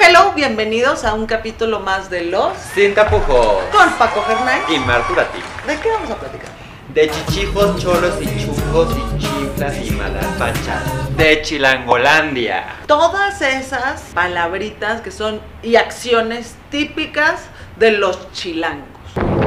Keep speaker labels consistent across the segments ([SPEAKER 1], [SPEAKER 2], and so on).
[SPEAKER 1] hello, bienvenidos a un capítulo más de Los
[SPEAKER 2] Sin tapujos.
[SPEAKER 1] con Paco Fernández.
[SPEAKER 2] Y Marturati.
[SPEAKER 1] ¿De qué vamos a platicar?
[SPEAKER 2] De chichijos, cholos y chucos y chiflas y malas fachas. De Chilangolandia.
[SPEAKER 1] Todas esas palabritas que son y acciones típicas de los chilangos.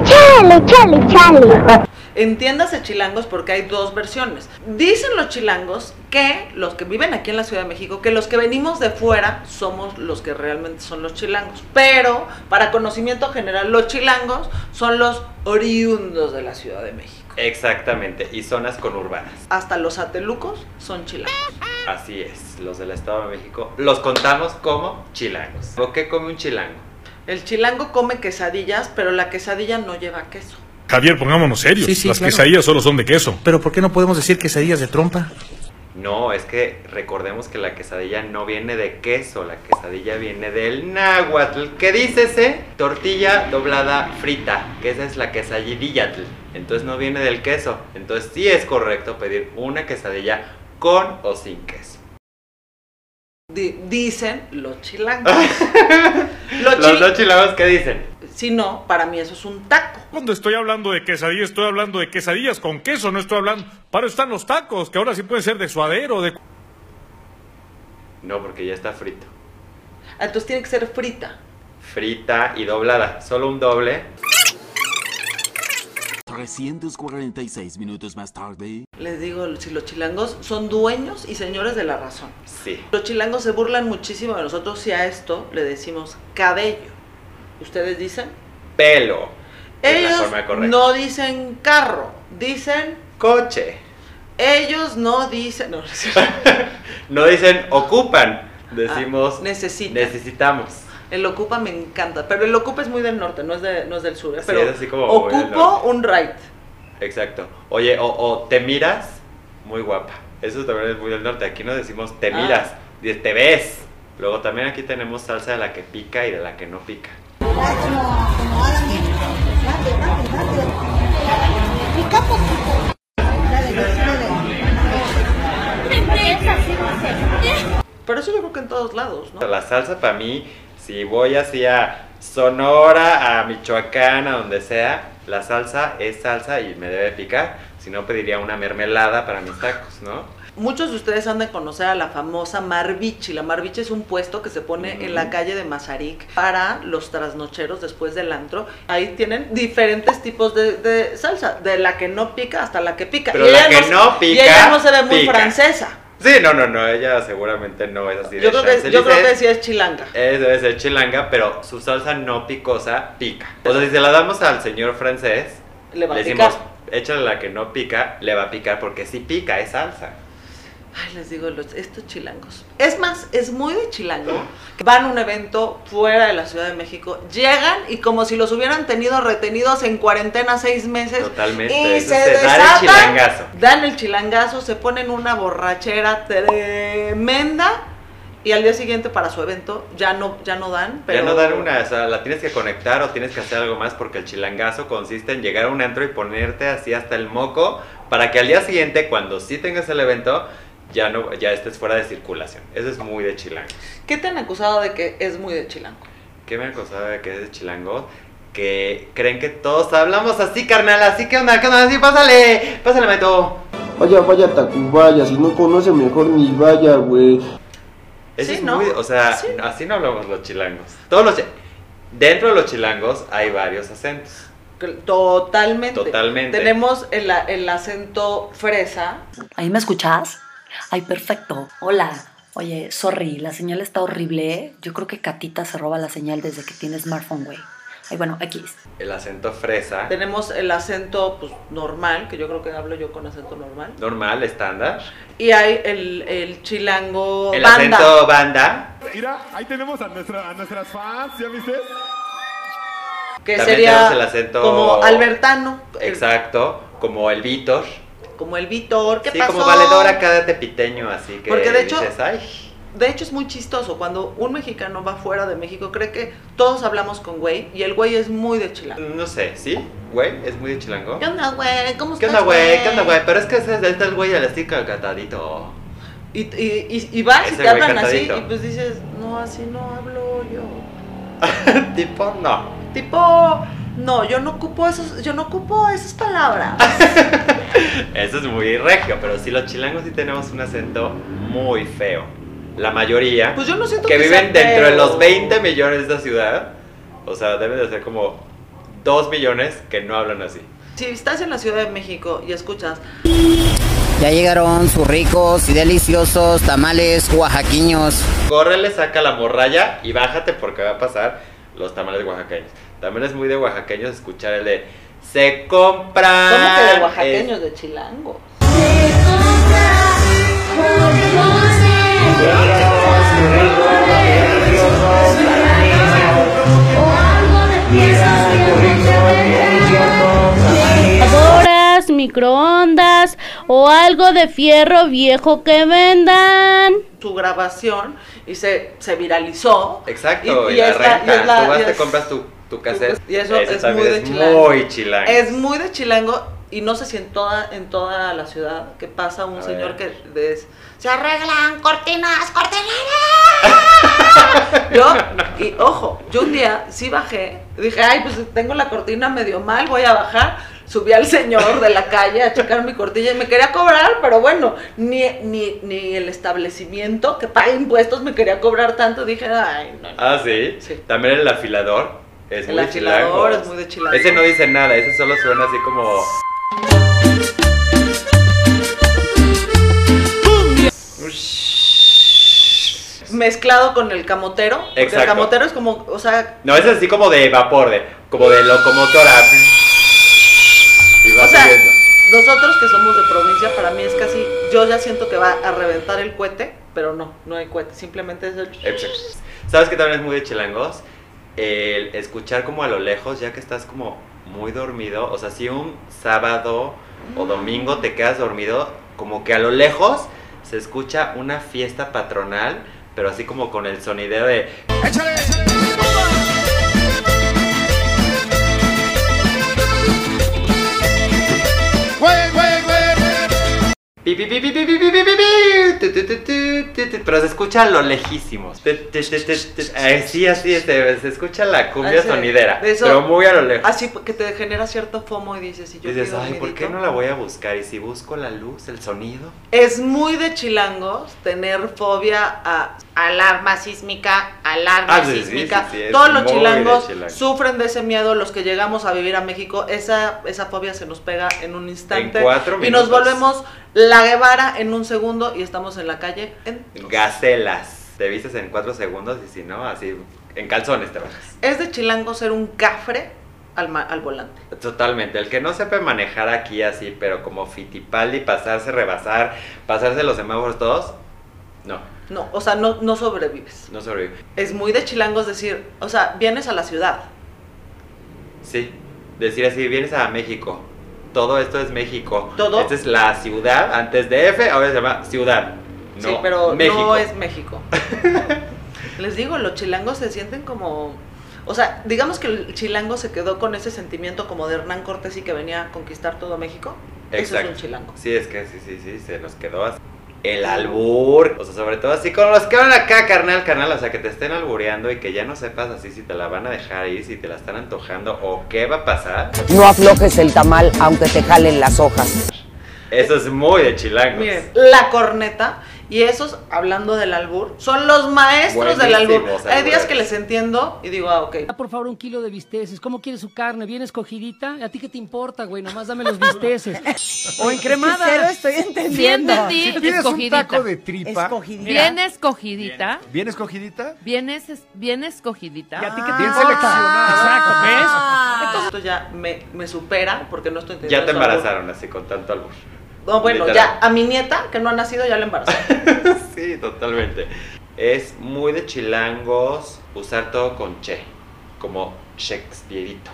[SPEAKER 3] Chale, chale, chale.
[SPEAKER 1] Entiéndase chilangos porque hay dos versiones. Dicen los chilangos que los que viven aquí en la Ciudad de México, que los que venimos de fuera somos los que realmente son los chilangos. Pero para conocimiento general, los chilangos son los oriundos de la Ciudad de México.
[SPEAKER 2] Exactamente, y zonas conurbanas.
[SPEAKER 1] Hasta los atelucos son chilangos.
[SPEAKER 2] Así es, los del Estado de México los contamos como chilangos. ¿O qué come un chilango?
[SPEAKER 1] El chilango come quesadillas, pero la quesadilla no lleva queso.
[SPEAKER 4] Javier, pongámonos serios.
[SPEAKER 5] Sí, sí,
[SPEAKER 4] Las
[SPEAKER 5] claro.
[SPEAKER 4] quesadillas solo son de queso.
[SPEAKER 5] Pero ¿por qué no podemos decir quesadillas de trompa?
[SPEAKER 2] No, es que recordemos que la quesadilla no viene de queso, la quesadilla viene del náhuatl, que dícese tortilla doblada frita, que esa es la quesadilla. Entonces no viene del queso. Entonces sí es correcto pedir una quesadilla con o sin queso.
[SPEAKER 1] Di- dicen los chilangos. Los
[SPEAKER 2] Ah. Los
[SPEAKER 1] chi-
[SPEAKER 2] dos chilangos que dicen.
[SPEAKER 1] Si no, para mí eso es un taco.
[SPEAKER 4] Cuando estoy hablando de quesadillas, estoy hablando de quesadillas con queso, no estoy hablando... Para eso están los tacos, que ahora sí pueden ser de suadero, de...
[SPEAKER 2] No, porque ya está frito.
[SPEAKER 1] Ah, Entonces tiene que ser frita.
[SPEAKER 2] Frita y doblada, solo un doble.
[SPEAKER 6] 346 minutos más tarde.
[SPEAKER 1] Les digo, si los chilangos son dueños y señores de la razón.
[SPEAKER 2] Sí.
[SPEAKER 1] Los chilangos se burlan muchísimo de nosotros y a esto le decimos cabello. ¿Ustedes dicen?
[SPEAKER 2] Pelo. Es la
[SPEAKER 1] Ellos
[SPEAKER 2] forma correcta.
[SPEAKER 1] no dicen carro, dicen...
[SPEAKER 2] Coche.
[SPEAKER 1] Ellos no dicen... No, no es cierto.
[SPEAKER 2] No dicen ocupan, decimos
[SPEAKER 1] Ah, necesitan.
[SPEAKER 2] necesitamos.
[SPEAKER 1] El ocupa me encanta, pero el ocupa es muy del norte, no es, de- no es del sur. ¿eh?
[SPEAKER 2] Sí,
[SPEAKER 1] Pero
[SPEAKER 2] es así como muy del
[SPEAKER 1] ocupo
[SPEAKER 2] norte.
[SPEAKER 1] un right.
[SPEAKER 2] Exacto. Oye, o, o te miras, muy guapa. Eso también es muy del norte. Aquí no decimos te
[SPEAKER 1] Ah.
[SPEAKER 2] miras, di- te ves. Luego también aquí tenemos salsa de la que pica y de la que no pica.
[SPEAKER 1] Pero eso yo creo que en todos lados, ¿no?
[SPEAKER 2] La salsa para mí, si voy hacia Sonora, a Michoacán, a donde sea, la salsa es salsa y me debe picar. Si no, pediría una mermelada para mis tacos, ¿no?
[SPEAKER 1] Muchos de ustedes han de conocer a la famosa Marvichi. La Marvichi es un puesto que se pone en la calle de Mazarik para los trasnocheros después del antro. Ahí tienen diferentes tipos de, de salsa, de la que no pica hasta la que pica.
[SPEAKER 2] Pero
[SPEAKER 1] Y
[SPEAKER 2] la
[SPEAKER 1] ella
[SPEAKER 2] que
[SPEAKER 1] se-
[SPEAKER 2] no
[SPEAKER 1] Y
[SPEAKER 2] pica,
[SPEAKER 1] ella no se ve muy
[SPEAKER 2] pica.
[SPEAKER 1] francesa.
[SPEAKER 2] Sí, no, no, no, ella seguramente no es así de
[SPEAKER 1] Yo creo, que, yo creo que
[SPEAKER 2] Champs-Élysées.
[SPEAKER 1] sí es chilanga.
[SPEAKER 2] Eh, debe ser chilanga, pero su salsa no picosa pica. O sea, si se la damos al señor francés,
[SPEAKER 1] Le va a
[SPEAKER 2] decimos,
[SPEAKER 1] picar.
[SPEAKER 2] échale la que no pica, le va a picar porque si pica, es salsa.
[SPEAKER 1] Ay, les digo, los- estos chilangos. Es más, es muy de chilango. que Van a un evento fuera de la Ciudad de México, llegan y como si los hubieran tenido retenidos en cuarentena seis meses.
[SPEAKER 2] Totalmente,
[SPEAKER 1] Y
[SPEAKER 2] eso
[SPEAKER 1] se
[SPEAKER 2] es dar el
[SPEAKER 1] desatan,
[SPEAKER 2] chilangazo.
[SPEAKER 1] Dan el chilangazo, se ponen una borrachera tremenda y al día siguiente para su evento ya no, ya no dan. Pero
[SPEAKER 2] Ya no dar una, o sea, la tienes que conectar o tienes que hacer algo más porque el chilangazo consiste en llegar a un antro y ponerte así hasta el moco para que al día siguiente, cuando sí tengas el evento, ya no, ya estés fuera de circulación. Eso es muy de chilango.
[SPEAKER 1] ¿Qué te han acusado de que es muy de chilango?
[SPEAKER 2] ¿Qué me han acusado de que es de chilango? Que creen que todos hablamos así, carnal, así que onda, que onda, así, pásale, pásale, meto.
[SPEAKER 7] Vaya, vaya, Tacubaya, si no conoce mejor ni vaya, güey.
[SPEAKER 2] Eso
[SPEAKER 1] Sí,
[SPEAKER 2] es
[SPEAKER 1] ¿no?
[SPEAKER 2] muy, o sea,
[SPEAKER 1] Sí.
[SPEAKER 2] así no hablamos los chilangos. Todos los chi- dentro de los chilangos hay varios acentos.
[SPEAKER 1] Que- Totalmente.
[SPEAKER 2] Totalmente.
[SPEAKER 1] Tenemos el, a- el acento fresa,
[SPEAKER 8] ¿Ahí me escuchás? Ay, perfecto. Hola. Oye, sorry, la señal está horrible. ¿eh? Yo creo que Catita se roba la señal desde que tiene smartphone, güey. Ay, bueno, X.
[SPEAKER 2] El acento fresa,
[SPEAKER 1] Tenemos el acento pues, normal, que yo creo que hablo yo con acento normal.
[SPEAKER 2] normal, estándar.
[SPEAKER 1] Y hay el, el chilango
[SPEAKER 2] El
[SPEAKER 1] banda.
[SPEAKER 2] acento banda.
[SPEAKER 4] Mira, ahí tenemos a, a nuestras fans, ¿ya viste?
[SPEAKER 1] Que
[SPEAKER 2] También
[SPEAKER 1] sería
[SPEAKER 2] tenemos el acento-
[SPEAKER 1] como albertano. el-
[SPEAKER 2] Exacto, como el Vítor.
[SPEAKER 1] como el Vitor. ¿Qué
[SPEAKER 2] Sí,
[SPEAKER 1] pasó?
[SPEAKER 2] como valedora cada tepiteño, así que
[SPEAKER 1] Porque de hecho-
[SPEAKER 2] dices, ay,
[SPEAKER 1] De hecho es muy chistoso. Cuando un mexicano va fuera de México, cree que todos hablamos con güey. Y el güey es muy de chilango.
[SPEAKER 2] no sé, ¿sí? Güey, es muy de chilango.
[SPEAKER 1] ¿Qué onda, güey? ¿Cómo
[SPEAKER 2] ¿Qué
[SPEAKER 1] estás,
[SPEAKER 2] onda, güey? ¿Qué onda, güey? Pero es que ese es el güey del estilo catadito.
[SPEAKER 1] Y, y, y, y vas y
[SPEAKER 2] Ese
[SPEAKER 1] te
[SPEAKER 2] güey
[SPEAKER 1] hablan así
[SPEAKER 2] cantadito.
[SPEAKER 1] y pues dices, no, no, así no hablo yo.
[SPEAKER 2] Tipo, no.
[SPEAKER 1] Tipo, no, yo no ocupo esos, yo no ocupo esas palabras.
[SPEAKER 2] Eso es muy regio, pero sí, los chilangos sí tenemos un acento muy feo. La mayoría
[SPEAKER 1] Pues yo no siento
[SPEAKER 2] que
[SPEAKER 1] sea
[SPEAKER 2] viven dentro de
[SPEAKER 1] feo.
[SPEAKER 2] los 20 millones de esta ciudad, o sea, deben de ser como 2 millones que no hablan así.
[SPEAKER 1] Si estás en la Ciudad de México y escuchas,
[SPEAKER 9] Ya llegaron sus ricos y deliciosos tamales oaxaqueños.
[SPEAKER 2] Córrele, saca la morralla y bájate porque va a pasar los tamales oaxaqueños. También es muy de oaxaqueños escuchar el de se compra.
[SPEAKER 1] ¿cómo que de oaxaqueños, de chilangos?
[SPEAKER 10] Horas, microondas o algo de fierro viejo que vendan.
[SPEAKER 1] su grabación y se, se viralizó.
[SPEAKER 2] Exacto, y, la
[SPEAKER 1] es la-
[SPEAKER 2] renta.
[SPEAKER 1] y es la-
[SPEAKER 2] Tú vas,
[SPEAKER 1] y
[SPEAKER 2] te
[SPEAKER 1] es-
[SPEAKER 2] compras tu, tu cassette.
[SPEAKER 1] Y eso
[SPEAKER 2] Ese
[SPEAKER 1] es muy
[SPEAKER 2] también
[SPEAKER 1] de
[SPEAKER 2] es
[SPEAKER 1] chilango.
[SPEAKER 2] muy chilango.
[SPEAKER 1] Es muy de chilango y no sé si en toda, en toda la ciudad que pasa un
[SPEAKER 2] A
[SPEAKER 1] señor
[SPEAKER 2] ver.
[SPEAKER 1] que des- se arreglan cortinas, cortineras. yo, y ojo, yo un día sí bajé, dije, ay, pues tengo la cortina medio mal, voy a bajar. Subí al señor de la calle a checar mi cortina y me quería cobrar, pero bueno, ni, ni, ni el establecimiento que paga impuestos me quería cobrar tanto. Dije, ay, no, no.
[SPEAKER 2] Ah, ¿sí?
[SPEAKER 1] Sí.
[SPEAKER 2] También el afilador. Es
[SPEAKER 1] El
[SPEAKER 2] muy
[SPEAKER 1] afilador
[SPEAKER 2] chilango.
[SPEAKER 1] es muy de chilango.
[SPEAKER 2] Ese no dice nada, ese solo suena así como.
[SPEAKER 1] mezclado con el camotero. porque El
[SPEAKER 2] Exacto.
[SPEAKER 1] camotero es como, o sea,
[SPEAKER 2] No, ese es así como de vapor, de, como de locomotora. Y va
[SPEAKER 1] o sea,
[SPEAKER 2] subiendo.
[SPEAKER 1] nosotros que somos de provincia, para mí es casi, yo ya siento que va a reventar el cohete, pero no, no hay cohete, simplemente es el...
[SPEAKER 2] Exacto. ¿Sabes que también es muy de chilangos? El escuchar como a lo lejos, ya que estás como muy dormido. O sea, si un sábado o domingo te quedas dormido, como que a lo lejos se escucha una fiesta patronal, pero así como con el sonideo de. pi, pi, pi, pi, pi, pi, pi, pi, pi, pi, tu, tu, tu, tu, tu, tu, Pero se escucha a lo lejísimos. Tu, tu, tu, tu, tu. Ay, Sí, así este, se escucha la cumbia
[SPEAKER 1] Ese-
[SPEAKER 2] sonidera,
[SPEAKER 1] de eso-
[SPEAKER 2] pero muy a lo lejos.
[SPEAKER 1] Así Ah, que te genera cierto fomo y dices, y yo
[SPEAKER 2] Dices,
[SPEAKER 1] quiero
[SPEAKER 2] ay, ¿por qué
[SPEAKER 1] dormidito".
[SPEAKER 2] no la voy a buscar? Y si busco la luz, el sonido.
[SPEAKER 1] Es muy de chilangos tener fobia a alarma sísmica, alarma
[SPEAKER 2] Ah, sí, sí,
[SPEAKER 1] sísmica.
[SPEAKER 2] sí, sí, es
[SPEAKER 1] Todos los
[SPEAKER 2] muy de
[SPEAKER 1] chilangos
[SPEAKER 2] chilango.
[SPEAKER 1] sufren de ese miedo, los que llegamos a vivir a México, esa, esa fobia se nos pega en un instante.
[SPEAKER 2] En cuatro
[SPEAKER 1] y nos
[SPEAKER 2] minutos.
[SPEAKER 1] volvemos la Guevara en un segundo y estamos en la calle. en-
[SPEAKER 2] Gacelas. Te vistes en cuatro segundos y si no, así en calzones te bajas.
[SPEAKER 1] Es de chilango ser un cafre al, ma- al volante.
[SPEAKER 2] Totalmente. El que no sepa manejar aquí así, pero como fitipaldi, pasarse, rebasar, pasarse los semáforos todos, no,
[SPEAKER 1] No, o sea, no, no sobrevives.
[SPEAKER 2] no sobrevive.
[SPEAKER 1] Es muy de chilangos decir, o sea, vienes a la ciudad.
[SPEAKER 2] Sí. Decir así, vienes a México. Todo esto es México.
[SPEAKER 1] Todo.
[SPEAKER 2] Esta es la ciudad. Antes de F, ahora se llama ciudad. No,
[SPEAKER 1] sí, pero
[SPEAKER 2] México.
[SPEAKER 1] no es México. Les digo, los chilangos se sienten como... O sea, digamos que el chilango se quedó con ese sentimiento como de Hernán Cortés y que venía a conquistar todo México. Eso
[SPEAKER 2] Exacto.
[SPEAKER 1] es un chilango.
[SPEAKER 2] Sí, es que sí, sí, sí, se nos quedó así. El albur, o sea, sobre todo así con los que van acá, carnal, carnal, o sea, que te estén albureando y que ya no sepas así si te la van a dejar ir, si te la están antojando o qué va a pasar.
[SPEAKER 9] No aflojes el tamal aunque te jalen las hojas.
[SPEAKER 2] Eso es muy de chilangos.
[SPEAKER 1] Miren, la corneta y esos, hablando del albur, son los maestros del albur.
[SPEAKER 2] Buenísimos
[SPEAKER 1] Hay días
[SPEAKER 2] albures.
[SPEAKER 1] que les entiendo y digo, ah, ok.
[SPEAKER 11] Por favor, un kilo de bisteces. ¿Cómo quieres su carne? ¿Bien escogidita? ¿A ti qué te importa, güey? Nomás dame los bisteces.
[SPEAKER 9] O encremada. Cero estoy entendiendo.
[SPEAKER 11] tienes un taco de
[SPEAKER 9] Escogidita.
[SPEAKER 10] Bien escogidita.
[SPEAKER 5] ¿Bien escogidita?
[SPEAKER 10] Vienes es- bien escogidita.
[SPEAKER 5] Bien seleccionada.
[SPEAKER 1] Esto ya me, me supera porque no estoy entendiendo.
[SPEAKER 2] Ya te
[SPEAKER 1] su albur.
[SPEAKER 2] embarazaron así con tanto albur.
[SPEAKER 1] No, bueno,
[SPEAKER 2] Literal.
[SPEAKER 1] ya a mi nieta, que no ha nacido, ya la embarazaron.
[SPEAKER 2] sí, totalmente. Es muy de chilangos usar todo con che, como Shakespeareito.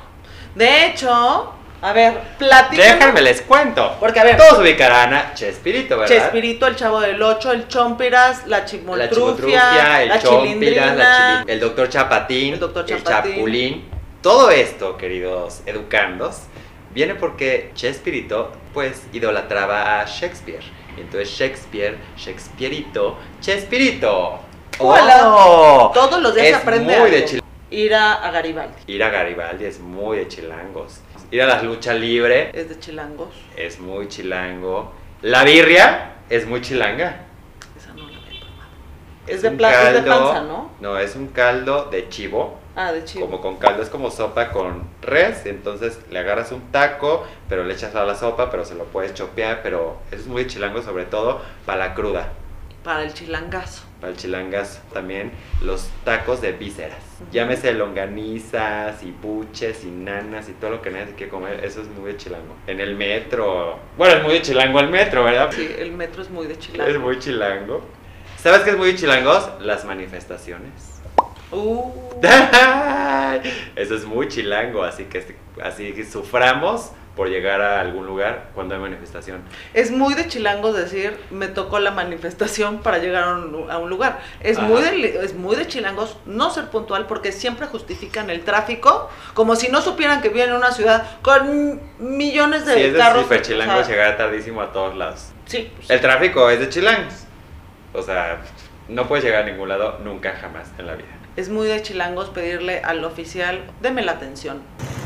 [SPEAKER 1] De hecho, a ver, platícanos.
[SPEAKER 2] Déjenme les cuento.
[SPEAKER 1] Porque, a ver-
[SPEAKER 2] todos ubicarán a Chespirito, ¿verdad?
[SPEAKER 1] Chespirito, el Chavo del Ocho, el Chompiras, la
[SPEAKER 2] La
[SPEAKER 1] Chimoltrufia,
[SPEAKER 2] chimotrufia, el
[SPEAKER 1] la,
[SPEAKER 2] chompiras, la
[SPEAKER 1] Chilindrina.
[SPEAKER 2] chilin- el doctor Chapatín,
[SPEAKER 1] El Dr.
[SPEAKER 2] el
[SPEAKER 1] Chapatín.
[SPEAKER 2] chapulín. Todo esto, queridos educandos, viene porque Chespirito, pues, idolatraba a Shakespeare. Entonces Shakespeare, Shakespeareito, Chespirito. ¡Oh!
[SPEAKER 1] Todos los días
[SPEAKER 2] es
[SPEAKER 1] se aprende
[SPEAKER 2] muy
[SPEAKER 1] algo.
[SPEAKER 2] de chilangos.
[SPEAKER 1] Ir a, a Garibaldi
[SPEAKER 2] Ir a Garibaldi es muy de chilangos. Ir a las luchas libre
[SPEAKER 1] es de chilangos.
[SPEAKER 2] es muy chilango. La birria es muy chilanga.
[SPEAKER 1] Esa no la había probado. Es de pla- es de panza, ¿no?
[SPEAKER 2] No, es un caldo de chivo.
[SPEAKER 1] Ah, de chivo.
[SPEAKER 2] Como con caldo es como sopa con res, entonces le agarras un taco, pero le echas a la sopa, pero se lo puedes chopear, pero eso es muy chilango sobre todo para la cruda.
[SPEAKER 1] Para el chilangazo.
[SPEAKER 2] Para el chilangas también los tacos de vísceras. Llámese longanizas y buches y nanas y todo lo que nadie se quiere comer. Eso es muy de chilango. En el metro. Bueno, es muy de chilango el metro, ¿verdad?
[SPEAKER 1] Sí, el metro es muy de chilango.
[SPEAKER 2] Es muy chilango. ¿Sabes qué es muy de chilangos? Las manifestaciones.
[SPEAKER 1] Uh,
[SPEAKER 2] Eso es muy chilango, así que este, así que suframos por llegar a algún lugar cuando hay manifestación.
[SPEAKER 1] es muy de chilangos decir, me tocó la manifestación para llegar a un, lu- a un lugar. Es
[SPEAKER 2] Ajá.
[SPEAKER 1] muy, de, es muy de chilangos no ser puntual porque siempre justifican el tráfico como si no supieran que viven en una ciudad con millones de
[SPEAKER 2] Sí, es de
[SPEAKER 1] carros.
[SPEAKER 2] super
[SPEAKER 1] o
[SPEAKER 2] chilangos
[SPEAKER 1] sea,
[SPEAKER 2] llegar tardísimo a todos lados.
[SPEAKER 1] Sí, pues,
[SPEAKER 2] El tráfico es de chilangos. O sea, no puedes llegar a ningún lado nunca jamás en la vida.
[SPEAKER 1] es muy de chilangos pedirle al oficial, deme la atención.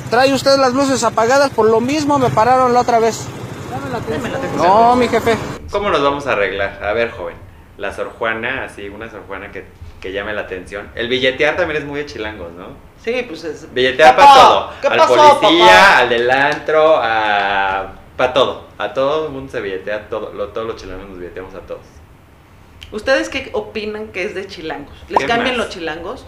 [SPEAKER 12] Trae usted las luces apagadas por lo mismo, me pararon la otra vez.
[SPEAKER 1] Deme la atención.
[SPEAKER 12] No, mi jefe.
[SPEAKER 2] ¿Cómo nos vamos a arreglar? A ver, joven. La Sor Juana, así, una Sor Juana que, que llame la atención. El billetear también es muy de chilangos, ¿no?
[SPEAKER 1] Sí, pues es...
[SPEAKER 2] Billetear
[SPEAKER 1] Papá,
[SPEAKER 2] para todo.
[SPEAKER 1] ¿qué
[SPEAKER 2] al
[SPEAKER 1] pasó,
[SPEAKER 2] policía,
[SPEAKER 1] papá?
[SPEAKER 2] al del antro, a... Para todo. A todo el mundo se billetea, todo, lo- todos los chilanos nos billeteamos a todos.
[SPEAKER 1] ¿Ustedes qué opinan que es de chilangos? ¿Les
[SPEAKER 2] ¿Qué
[SPEAKER 1] cambian
[SPEAKER 2] más?
[SPEAKER 1] los chilangos?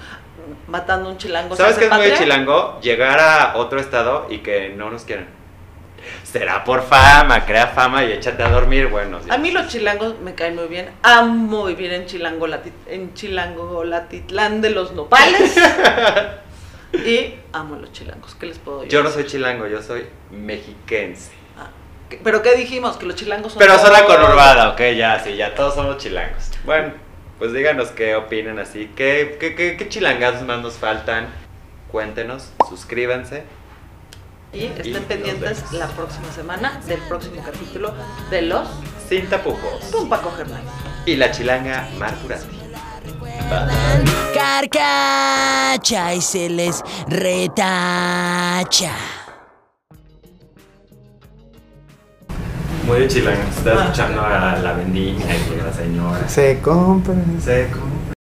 [SPEAKER 1] Matando un chilango. se
[SPEAKER 2] ¿Sabes
[SPEAKER 1] hace
[SPEAKER 2] qué es muy de
[SPEAKER 1] patria?
[SPEAKER 2] chilango? Llegar a otro estado y que no nos quieran. Será por fama, crea fama y échate a dormir. Bueno,
[SPEAKER 1] A mí los chilangos me caen muy bien. Amo vivir en Chilango, Lati- en Chilango Latitlán de los Nopales. y amo los chilangos. ¿Qué les puedo decir? Ah,
[SPEAKER 2] yo no soy chilango, yo soy mexiquense.
[SPEAKER 1] ¿Qué- ¿Pero qué dijimos? Que los chilangos son.
[SPEAKER 2] Pero
[SPEAKER 1] todos.
[SPEAKER 2] zona conurbada, ok, ya, sí, ya, todos somos chilangos. Bueno, pues díganos qué opinan así, qué, qué, qué, qué chilangazos más nos faltan. Cuéntenos, suscríbanse.
[SPEAKER 1] Y
[SPEAKER 2] Y
[SPEAKER 1] estén
[SPEAKER 2] nos
[SPEAKER 1] pendientes
[SPEAKER 2] vemos.
[SPEAKER 1] la próxima semana del próximo capítulo de los
[SPEAKER 2] Sin tapujos.
[SPEAKER 1] Pum Paco Germán.
[SPEAKER 2] Y la chilanga Marcurati.
[SPEAKER 13] Carcacha y se les retacha.
[SPEAKER 2] Muy de chilango, está escuchando a la vendimia y a la señora.
[SPEAKER 14] Se compra.
[SPEAKER 2] Se compra.